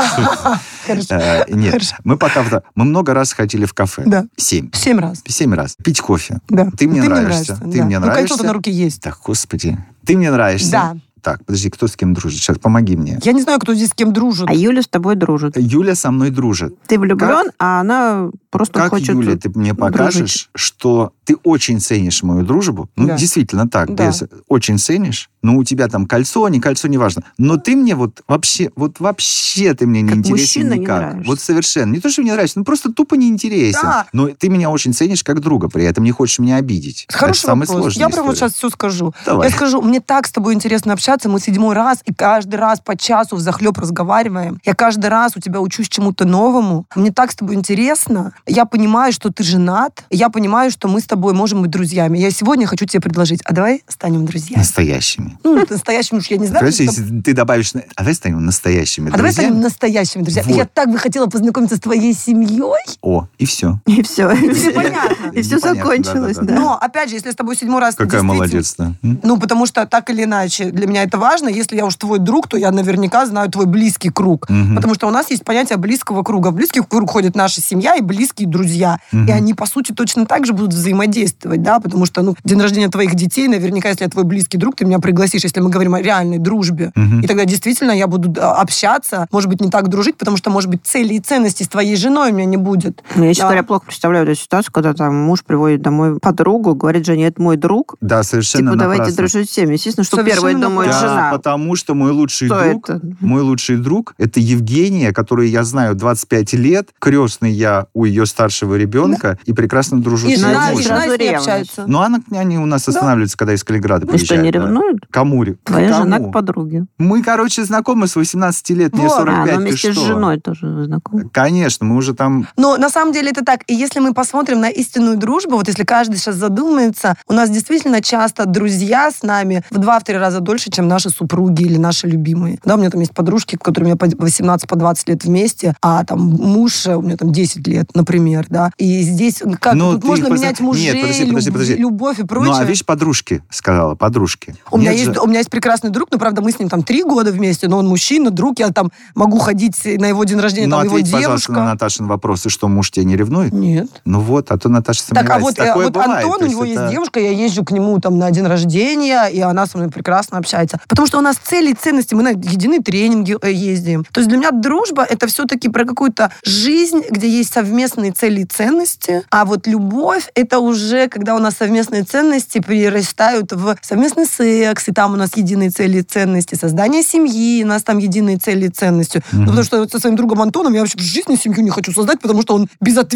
[SPEAKER 4] Хорошо.
[SPEAKER 2] Э, Нет,
[SPEAKER 4] Хорошо.
[SPEAKER 2] мы пока... вдво- Мы много раз ходили в кафе.
[SPEAKER 4] Да.
[SPEAKER 2] Семь.
[SPEAKER 4] Семь раз.
[SPEAKER 2] Семь раз. Пить кофе.
[SPEAKER 4] Да.
[SPEAKER 2] Ты мне нравишься. Ты
[SPEAKER 4] да.
[SPEAKER 2] мне
[SPEAKER 4] Ну, кольцо-то
[SPEAKER 2] нравишься.
[SPEAKER 4] на руке есть.
[SPEAKER 2] Так, господи. Ты мне нравишься.
[SPEAKER 4] Да.
[SPEAKER 2] Так, подожди, кто с кем дружит? Сейчас помоги мне.
[SPEAKER 4] Я не знаю, кто здесь с кем дружит.
[SPEAKER 3] А Юля с тобой дружит.
[SPEAKER 2] Юля со мной дружит.
[SPEAKER 3] Ты влюблен, а она просто
[SPEAKER 2] как,
[SPEAKER 3] хочет...
[SPEAKER 2] Юля, ты мне покажешь,
[SPEAKER 3] дружить.
[SPEAKER 2] что ты очень ценишь мою дружбу? Ну,
[SPEAKER 4] Да.
[SPEAKER 2] действительно так.
[SPEAKER 4] Да.
[SPEAKER 2] Ты с- очень ценишь. Ну, у тебя там кольцо, не кольцо, неважно. Но ты мне вот вообще, вот вообще ты мне не
[SPEAKER 3] Как
[SPEAKER 2] интересен
[SPEAKER 3] мужчина не
[SPEAKER 2] никак.
[SPEAKER 3] нравишься.
[SPEAKER 2] вот совершенно. Не то, что мне нравится, ну просто тупо не интересен.
[SPEAKER 4] Да.
[SPEAKER 2] Но ты меня очень ценишь как друга, при этом не хочешь меня обидеть.
[SPEAKER 4] Хороший
[SPEAKER 2] Это самый
[SPEAKER 4] вопрос.
[SPEAKER 2] сложный
[SPEAKER 4] Я прямо вот сейчас все скажу.
[SPEAKER 2] Давай.
[SPEAKER 4] Я скажу, мне так с тобой интересно общаться. Мы седьмой раз, и каждый раз по часу в захлеб разговариваем. Я каждый раз у тебя учусь чему-то новому. Мне так с тобой интересно. Я понимаю, что ты женат. Я понимаю, что мы с тобой можем быть друзьями. Я сегодня хочу тебе предложить, а давай станем друзьями.
[SPEAKER 2] Настоящими.
[SPEAKER 4] Ну, вот настоящими уж я не знаю.
[SPEAKER 2] Короче,
[SPEAKER 4] потому что-
[SPEAKER 2] если ты добавишь... на- А давай станем настоящими
[SPEAKER 4] А давай станем
[SPEAKER 2] друзьями.
[SPEAKER 4] настоящими друзьями.
[SPEAKER 2] Вот.
[SPEAKER 4] Я так бы хотела познакомиться с твоей семьей.
[SPEAKER 2] О, и все.
[SPEAKER 3] И все.
[SPEAKER 4] Тебе понятно.
[SPEAKER 3] И все
[SPEAKER 2] Непонятно,
[SPEAKER 3] закончилось,
[SPEAKER 2] да-да-да.
[SPEAKER 3] да.
[SPEAKER 4] Но, опять же, если я с тобой седьмой раз... ты
[SPEAKER 2] Какая
[SPEAKER 4] действительно-
[SPEAKER 2] молодец то
[SPEAKER 4] Ну, потому что так или иначе, для меня это важно. Если я уж твой друг, то я наверняка знаю твой близкий круг.
[SPEAKER 2] Мгм.
[SPEAKER 4] Потому что у нас есть понятие близкого круга. В близкий круг ходит наша семья и близкие друзья.
[SPEAKER 2] Мгм.
[SPEAKER 4] И они, по сути, точно так же будут взаимодействовать, да, потому что, ну, день рождения твоих детей, наверняка, если я твой близкий друг, ты меня пригласишь, если мы говорим о реальной дружбе.
[SPEAKER 2] Мгм.
[SPEAKER 4] И тогда действительно я буду да, общаться, может быть, не так дружить, потому что, может быть, цели и ценности с твоей женой у меня не будет.
[SPEAKER 3] Ну, я, честно
[SPEAKER 4] Да.
[SPEAKER 3] говоря, плохо представляю эту ситуацию, когда там муж приводит домой подругу, говорит жене, это мой друг,
[SPEAKER 2] Да, совершенно
[SPEAKER 3] типа, давайте
[SPEAKER 2] напрасно.
[SPEAKER 3] дружить всеми. Естественно, что
[SPEAKER 4] Совершенно
[SPEAKER 3] первое думает
[SPEAKER 4] напрасно.
[SPEAKER 2] Да,
[SPEAKER 3] жена.
[SPEAKER 2] потому что мой лучший
[SPEAKER 3] Что
[SPEAKER 2] друг,
[SPEAKER 3] это?
[SPEAKER 2] мой лучший друг, это Евгения, которую я знаю 25 лет, крестный я у ее старшего ребенка и прекрасно дружу
[SPEAKER 4] И
[SPEAKER 2] с ее
[SPEAKER 4] жена, и
[SPEAKER 3] мужем.
[SPEAKER 4] жена с ней
[SPEAKER 3] Ревность.
[SPEAKER 4] общается.
[SPEAKER 2] Но она, они у нас
[SPEAKER 4] Да.
[SPEAKER 2] останавливаются, когда из Калининграда
[SPEAKER 3] И что,
[SPEAKER 2] приезжают.
[SPEAKER 3] не
[SPEAKER 2] да.
[SPEAKER 3] ревнуют?
[SPEAKER 2] Кому? ре-
[SPEAKER 3] Твоя
[SPEAKER 2] кому?
[SPEAKER 3] жена к подруге.
[SPEAKER 2] Мы, короче, знакомы с 18 лет, мне
[SPEAKER 4] Вот. А,
[SPEAKER 3] А,
[SPEAKER 2] 45,
[SPEAKER 3] она
[SPEAKER 2] ты
[SPEAKER 3] вместе с
[SPEAKER 2] что?
[SPEAKER 3] женой тоже вы знакомы.
[SPEAKER 2] Конечно, мы уже там... ну, а
[SPEAKER 4] Но на самом деле это так. И если мы посмотрим на истинную дружбу, вот если каждый сейчас задумается, у нас действительно часто друзья с нами в 2-3 раза дольше, чем наши супруги или наши любимые. Да, у меня там есть подружки, которые у меня по 18, по 20 лет вместе, а там муж у меня там 10 лет, например, да. И здесь как
[SPEAKER 2] Ну,
[SPEAKER 4] тут
[SPEAKER 2] ты
[SPEAKER 4] можно
[SPEAKER 2] просто-
[SPEAKER 4] менять мужей,
[SPEAKER 2] Нет, подожди,
[SPEAKER 4] люб-
[SPEAKER 2] подожди, подожди.
[SPEAKER 4] любовь и прочее.
[SPEAKER 2] Ну, а видишь, подружки, сказала, подружки.
[SPEAKER 4] У меня,
[SPEAKER 2] Нет
[SPEAKER 4] есть,
[SPEAKER 2] же-
[SPEAKER 4] у меня есть прекрасный друг, но, правда, мы с ним там три года вместе, но он мужчина, друг, я там могу ходить на его день рождения,
[SPEAKER 2] Ну,
[SPEAKER 4] там его
[SPEAKER 2] ответь, пожалуйста,
[SPEAKER 4] девушка.
[SPEAKER 2] на Наташин вопрос, и что, муж тебя не ревнует?
[SPEAKER 4] Нет.
[SPEAKER 2] Ну вот, а то Наташа
[SPEAKER 4] Так, а
[SPEAKER 2] сомневается.
[SPEAKER 4] вот, э,
[SPEAKER 2] Такое
[SPEAKER 4] вот
[SPEAKER 2] бывает. то
[SPEAKER 4] Антон, у
[SPEAKER 2] есть
[SPEAKER 4] него есть
[SPEAKER 2] это-
[SPEAKER 4] девушка, я езжу к нему там на день рождения, и она со мной прекрасно общается. Потому что у нас цели и ценности, мы на единые тренинги э, ездим. То есть для меня дружба — это все-таки про какую-то жизнь, где есть совместные цели и ценности, а вот любовь — это уже, когда у нас совместные ценности перерастают в совместный секс, и там у нас единые цели и ценности, создание семьи, у нас там единые цели и ценности. Ну,
[SPEAKER 2] Мгм.
[SPEAKER 4] потому что вот со своим другом Антоном я вообще в жизни семью не хочу создать, потому что он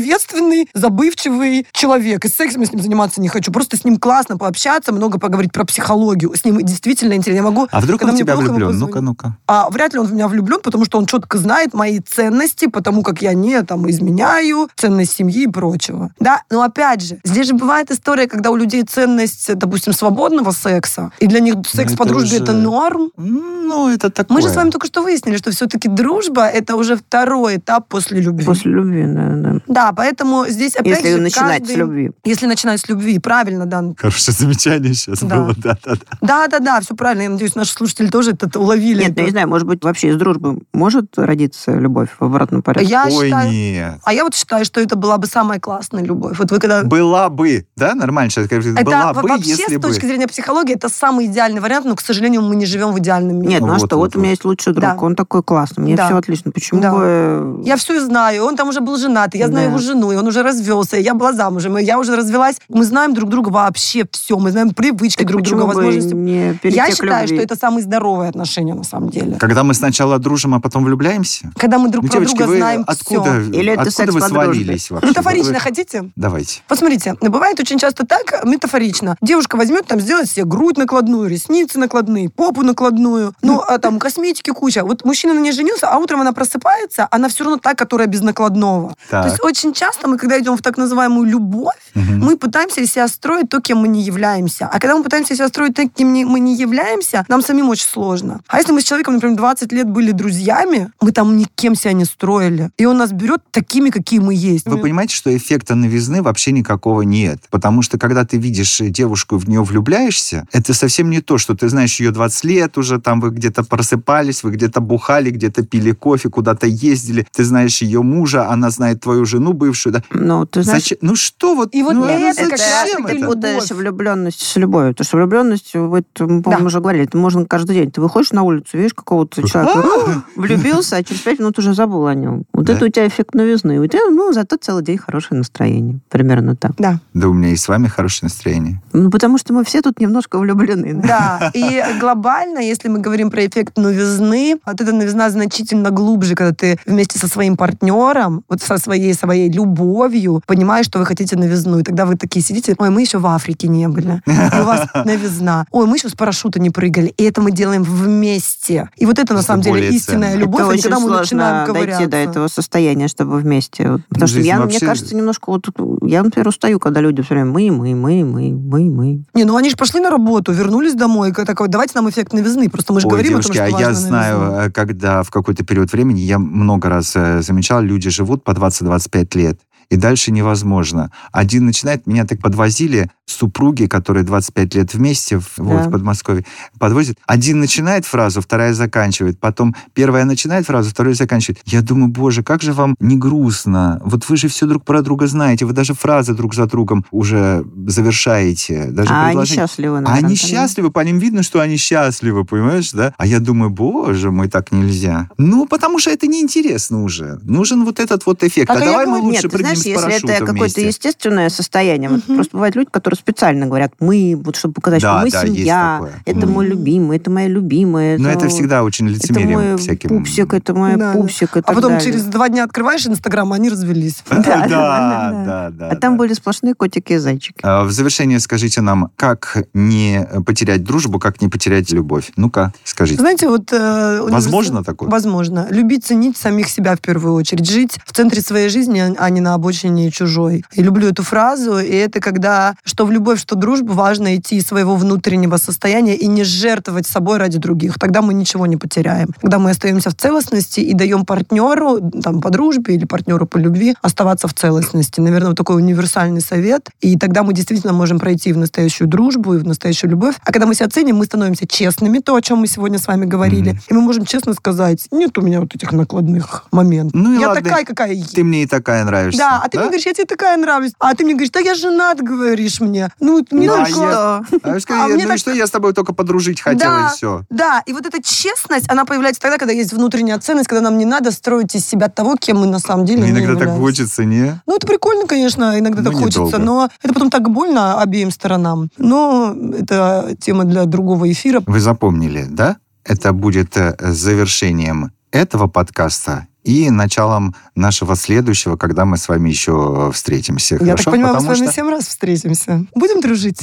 [SPEAKER 4] безответственный, забывчивый человек. И сексом я с ним заниматься не хочу. Просто с ним классно пообщаться, много поговорить про психологию. С ним действительно интересно. Я могу...
[SPEAKER 2] А вдруг
[SPEAKER 4] когда
[SPEAKER 2] он в
[SPEAKER 4] мне
[SPEAKER 2] тебя
[SPEAKER 4] плохо, ему
[SPEAKER 2] влюблен?
[SPEAKER 4] позвонить.
[SPEAKER 2] Ну-ка, ну-ка.
[SPEAKER 4] А вряд ли он в меня влюблен, потому что он четко знает мои ценности, потому как я не там изменяю, ценность семьи и прочего. Да, но опять же, здесь же бывает история, когда у людей ценность, допустим, свободного секса, и для них секс по
[SPEAKER 2] Ну, это
[SPEAKER 4] дружбе
[SPEAKER 2] уже-
[SPEAKER 4] это норм.
[SPEAKER 2] Ну, это такое.
[SPEAKER 4] Мы же с вами только что выяснили, что все-таки дружба это уже второй этап после любви.
[SPEAKER 3] После любви, да, да.
[SPEAKER 4] Да, поэтому здесь опять
[SPEAKER 3] Если
[SPEAKER 4] же
[SPEAKER 3] начинать
[SPEAKER 4] каждый-
[SPEAKER 3] с любви.
[SPEAKER 4] Если начинать с любви, правильно, да.
[SPEAKER 2] Хорошее замечание сейчас
[SPEAKER 4] Да.
[SPEAKER 2] было. Да, да, да.
[SPEAKER 4] Да, да, да, все правильно. Я надеюсь, наши слушатели тоже это уловили.
[SPEAKER 3] Нет, ну, я не знаю, может быть, вообще из дружбы может родиться любовь в
[SPEAKER 4] А
[SPEAKER 3] обратном порядке?
[SPEAKER 4] Я
[SPEAKER 2] Ой,
[SPEAKER 4] считаю.
[SPEAKER 2] нет.
[SPEAKER 4] А я вот считаю, что это была бы самая классная любовь. Вот вы когда
[SPEAKER 2] Была бы, да, нормально человек говорит,
[SPEAKER 4] Э. это
[SPEAKER 2] была
[SPEAKER 4] во-
[SPEAKER 2] бы,
[SPEAKER 4] вообще
[SPEAKER 2] если
[SPEAKER 4] с точки
[SPEAKER 2] бы.
[SPEAKER 4] зрения психологии это самый идеальный вариант, но, к сожалению, мы не живем в идеальном мире.
[SPEAKER 3] Нет, ну а
[SPEAKER 2] Вот,
[SPEAKER 3] что,
[SPEAKER 2] вот,
[SPEAKER 3] вот у меня
[SPEAKER 2] вот.
[SPEAKER 3] есть лучший друг,
[SPEAKER 4] Да.
[SPEAKER 3] он такой классный, мне
[SPEAKER 4] Да.
[SPEAKER 3] все отлично, почему
[SPEAKER 4] Да.
[SPEAKER 3] бы...
[SPEAKER 4] Я все знаю. Он там уже был женат, и я знаю
[SPEAKER 3] Да.
[SPEAKER 4] его жену, и он уже развелся, и я была замужем, и я уже развелась. Мы знаем друг друга вообще все, мы знаем привычки
[SPEAKER 3] Так
[SPEAKER 4] друг
[SPEAKER 3] почему
[SPEAKER 4] друга,
[SPEAKER 3] бы
[SPEAKER 4] возможности.
[SPEAKER 3] не перейти
[SPEAKER 4] Я
[SPEAKER 3] к
[SPEAKER 4] считаю,
[SPEAKER 3] любви?
[SPEAKER 4] что это самые здоровые отношения на самом деле.
[SPEAKER 2] Когда мы сначала дружим, а потом влюбляемся?
[SPEAKER 4] Когда мы друг
[SPEAKER 2] Ну,
[SPEAKER 4] про
[SPEAKER 2] девочки,
[SPEAKER 4] друга
[SPEAKER 2] вы
[SPEAKER 4] знаем Ну,
[SPEAKER 2] откуда,
[SPEAKER 4] все.
[SPEAKER 3] Или это
[SPEAKER 2] откуда
[SPEAKER 3] секс
[SPEAKER 2] вы
[SPEAKER 3] по дружбе?
[SPEAKER 2] свалились вообще? Вот
[SPEAKER 4] Метафорично
[SPEAKER 2] вы-
[SPEAKER 4] хотите?
[SPEAKER 2] Давайте.
[SPEAKER 4] Вот смотрите, ну, бывает очень часто так, метафорично. Девушка возьмет, там, сделает себе грудь накладную, ресницы накладные, попу накладную, ну, а там косметики куча. Вот мужчина на ней женился, а утром она просыпается, она все равно та, которая без накладного.
[SPEAKER 2] Так.
[SPEAKER 4] То есть очень часто мы, когда идем в так называемую любовь,
[SPEAKER 2] Мгм.
[SPEAKER 4] мы пытаемся из себя строить то, кем мы не являемся. А когда мы пытаемся из себя строить то, кем не- мы не являемся, нам самим очень сложно. А если мы с человеком, например, 20 лет были друзьями, мы там никем себя не строили. И он нас берет такими, какие мы есть.
[SPEAKER 2] Вы понимаете, что эффекта новизны вообще никакого нет. Потому что, когда ты видишь э, девушку и в нее влюбляешься, это совсем не то, что ты знаешь ее 20 лет уже, там вы где-то просыпались, вы где-то бухали, где-то пили кофе, куда-то ездили. Ты знаешь ее мужа, она знает твою жену бывшую. да.
[SPEAKER 3] Ну, ты знаешь,
[SPEAKER 2] Зачем- Ну что вот...
[SPEAKER 4] И вот
[SPEAKER 2] ну,
[SPEAKER 4] это
[SPEAKER 2] ну
[SPEAKER 4] как раз
[SPEAKER 2] зачем
[SPEAKER 4] таки
[SPEAKER 3] ты
[SPEAKER 2] это?
[SPEAKER 4] любовь.
[SPEAKER 3] путаешь влюбленность с любовью. Потому что влюбленность, вот, э, мы, по-моему,
[SPEAKER 4] Да.
[SPEAKER 3] уже говорили, это можно каждый день. Ты выходишь на улицу, видишь какого-то человека, «А, влюбился, а через пять минут уже забыл о нем. Вот
[SPEAKER 2] Да.
[SPEAKER 3] это у тебя эффект новизны. И У тебя, ну, зато целый день хорошее настроение. Примерно так.
[SPEAKER 4] Да.
[SPEAKER 2] Да у меня и с вами хорошее настроение.
[SPEAKER 3] Ну, потому что мы все тут немножко влюблены. да.
[SPEAKER 4] Да, и глобально, если мы говорим про эффект новизны, вот эта новизна значительно глубже, когда ты вместе со своим партнером, вот со своей своей любовью, понимаешь, что вы хотите новизну. И тогда вы такие сидите, ой, мы еще в Африке не были. И у вас новизна. Ой, мы еще с парашюта не прыгали. И это мы делаем вместе. И вот это, на
[SPEAKER 2] Это
[SPEAKER 4] самом деле,
[SPEAKER 2] более
[SPEAKER 4] истинная
[SPEAKER 2] ценно.
[SPEAKER 4] любовь.
[SPEAKER 3] это
[SPEAKER 4] Это
[SPEAKER 3] очень
[SPEAKER 4] когда мы
[SPEAKER 3] сложно
[SPEAKER 4] начинаем
[SPEAKER 3] дойти до
[SPEAKER 4] ковыряться.
[SPEAKER 3] этого состояния, чтобы вместе. Вот, Потому что
[SPEAKER 2] Ну, Жизнь
[SPEAKER 3] я,
[SPEAKER 2] вообще-
[SPEAKER 3] мне кажется, немножко вот... Я, например, устаю, когда люди все время мы, мы, мы, мы, мы, мы.
[SPEAKER 4] Не, ну они же пошли на работу, вернулись домой. и Так, вот, давайте нам эффект новизны. Просто мы же
[SPEAKER 2] Ой,
[SPEAKER 4] говорим
[SPEAKER 2] девушки,
[SPEAKER 4] о том, что
[SPEAKER 2] а я
[SPEAKER 4] важно
[SPEAKER 2] знаю,
[SPEAKER 4] новизна.
[SPEAKER 2] э, когда в какой-то период времени, я много раз э, замечал, люди живут по 20-25 лет, и дальше невозможно. Один начинает, меня так подвозили супруги, которые 25 лет вместе в, вот,
[SPEAKER 3] Да.
[SPEAKER 2] в Подмосковье, подвозят. Один начинает фразу, вторая заканчивает. Потом первая начинает фразу, вторая заканчивает. Я думаю, боже, как же вам не грустно. Вот вы же все друг про друга знаете, вы даже фразы друг за другом уже завершаете. Даже
[SPEAKER 3] а они
[SPEAKER 2] предложение.
[SPEAKER 3] счастливы,
[SPEAKER 2] А
[SPEAKER 3] наверное.
[SPEAKER 2] они
[SPEAKER 3] там, да?
[SPEAKER 2] счастливы, по ним видно, что они счастливы, понимаешь, да? А я думаю, боже мой, так нельзя. Ну, потому что это неинтересно уже. Нужен вот этот вот эффект.
[SPEAKER 4] Так,
[SPEAKER 2] а
[SPEAKER 4] а я
[SPEAKER 2] давай мы
[SPEAKER 4] говорю,
[SPEAKER 2] лучше
[SPEAKER 3] Нет, ты
[SPEAKER 2] прыгнем
[SPEAKER 3] знаешь,
[SPEAKER 2] с
[SPEAKER 3] если это
[SPEAKER 2] парашютом
[SPEAKER 3] какое-то
[SPEAKER 2] вместе.
[SPEAKER 3] естественное состояние, вот
[SPEAKER 4] Мгм.
[SPEAKER 3] просто бывают люди, которые специально говорят, мы, вот чтобы показать,
[SPEAKER 2] Да,
[SPEAKER 3] что мы
[SPEAKER 2] да, есть
[SPEAKER 3] семья,
[SPEAKER 2] такое.
[SPEAKER 3] это
[SPEAKER 2] Мгм.
[SPEAKER 3] мой любимый, это моя любимая.
[SPEAKER 2] Но это всегда очень
[SPEAKER 3] это мой
[SPEAKER 2] лицемерие всяким.
[SPEAKER 3] пупсик, это мой
[SPEAKER 4] Да, да.
[SPEAKER 3] пупсик, и
[SPEAKER 4] А
[SPEAKER 3] так
[SPEAKER 4] потом
[SPEAKER 3] далее.
[SPEAKER 4] через два дня открываешь Инстаграм, а они развелись.
[SPEAKER 2] Да, да,
[SPEAKER 3] да,
[SPEAKER 2] да, да,
[SPEAKER 3] А там
[SPEAKER 2] да.
[SPEAKER 3] были сплошные котики и зайчики.
[SPEAKER 2] А, В завершение скажите нам, как не потерять дружбу, как не потерять любовь? Ну-ка, скажите.
[SPEAKER 4] Знаете, вот... э, универс-
[SPEAKER 2] Возможно такое?
[SPEAKER 4] Возможно. Любить, ценить самих себя в первую очередь. Жить в центре своей жизни, а не наоборот обочине и чужой. И люблю эту фразу, и это когда что в любовь, что дружба, важно идти из своего внутреннего состояния и не жертвовать собой ради других. Тогда мы ничего не потеряем. Когда мы остаемся в целостности и даем партнеру, там, по дружбе или партнеру по любви, оставаться в целостности. Наверное, вот такой универсальный совет. И тогда мы действительно можем пройти в настоящую дружбу и в настоящую любовь. А когда мы себя ценим, мы становимся честными, то, о чем мы сегодня с вами говорили.
[SPEAKER 2] Мгм.
[SPEAKER 4] И мы можем честно сказать, нет у меня вот этих накладных моментов.
[SPEAKER 2] Ну и
[SPEAKER 4] я
[SPEAKER 2] ладно,
[SPEAKER 4] такая, какая есть.
[SPEAKER 2] Ты мне и такая нравишься.
[SPEAKER 4] Да, а ты
[SPEAKER 2] да?
[SPEAKER 4] мне говоришь, я тебе такая нравлюсь. А ты мне говоришь, да я женат, говоришь мне. Ну, вот мне
[SPEAKER 2] Ну, а
[SPEAKER 4] так
[SPEAKER 2] я-
[SPEAKER 4] классно.
[SPEAKER 2] А я скажу,
[SPEAKER 4] А
[SPEAKER 2] «Я-
[SPEAKER 4] мне
[SPEAKER 2] ну и
[SPEAKER 4] так-
[SPEAKER 2] что, я с тобой только подружить хотела,
[SPEAKER 4] Да.
[SPEAKER 2] и все.
[SPEAKER 4] Да, и вот эта честность, она появляется тогда, когда есть внутренняя ценность, когда нам не надо строить из себя того, кем мы на самом деле
[SPEAKER 2] Мне
[SPEAKER 4] не
[SPEAKER 2] иногда так
[SPEAKER 4] являемся.
[SPEAKER 2] хочется, не?
[SPEAKER 4] Ну, это прикольно, конечно, иногда
[SPEAKER 2] Ну,
[SPEAKER 4] так хочется,
[SPEAKER 2] недолго.
[SPEAKER 4] но это потом так больно обеим сторонам. Но это тема для другого эфира.
[SPEAKER 2] Вы запомнили, да? Это будет э, завершением этого подкаста и началом нашего следующего, когда мы с вами еще э, встретимся.
[SPEAKER 4] Я
[SPEAKER 2] Хорошо?
[SPEAKER 4] так понимаю, мы с
[SPEAKER 2] Потому
[SPEAKER 4] вами
[SPEAKER 2] что-
[SPEAKER 4] семь раз встретимся. Будем дружить?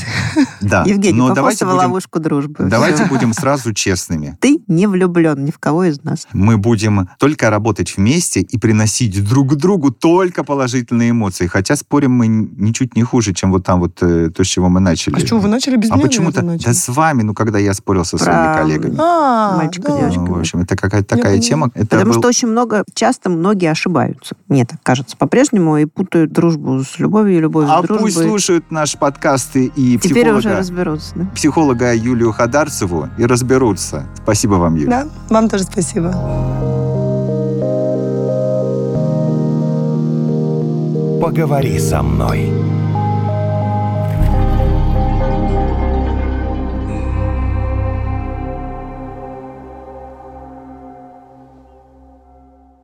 [SPEAKER 2] Да.
[SPEAKER 3] Евгений,
[SPEAKER 2] Но
[SPEAKER 3] попался
[SPEAKER 2] давайте
[SPEAKER 3] в
[SPEAKER 2] будем,
[SPEAKER 3] ловушку дружбы.
[SPEAKER 2] давайте
[SPEAKER 3] Всё.
[SPEAKER 2] будем сразу честными.
[SPEAKER 3] Ты не влюблен ни в кого из нас.
[SPEAKER 2] Мы будем только работать вместе и приносить друг другу только положительные эмоции. Хотя спорим мы н- ничуть не хуже, чем вот там вот э, то, с чего мы начали.
[SPEAKER 4] А что, вы начали без
[SPEAKER 2] А
[SPEAKER 4] меня? или
[SPEAKER 2] почему-то
[SPEAKER 4] это начали?
[SPEAKER 2] да с вами, ну когда я спорил со своими
[SPEAKER 3] Про-
[SPEAKER 2] коллегами.
[SPEAKER 4] А,
[SPEAKER 3] Мальчика,
[SPEAKER 4] да.
[SPEAKER 3] девочка.
[SPEAKER 2] Ну, в
[SPEAKER 3] да.
[SPEAKER 2] общем, это какая-то
[SPEAKER 4] Я
[SPEAKER 2] такая
[SPEAKER 4] поняла.
[SPEAKER 2] тема. Это
[SPEAKER 3] Потому
[SPEAKER 2] был-
[SPEAKER 3] что очень много, часто многие ошибаются. Мне так кажется по-прежнему и путают дружбу с любовью и любовь
[SPEAKER 2] А
[SPEAKER 3] с дружбой.
[SPEAKER 2] пусть слушают наш подкаст и- и
[SPEAKER 3] Теперь
[SPEAKER 2] психолога,
[SPEAKER 3] уже разберутся. да.
[SPEAKER 2] психолога Юлию Хадарцеву и разберутся. Спасибо вам, Юля.
[SPEAKER 4] Да, вам тоже спасибо.
[SPEAKER 1] Поговори со мной.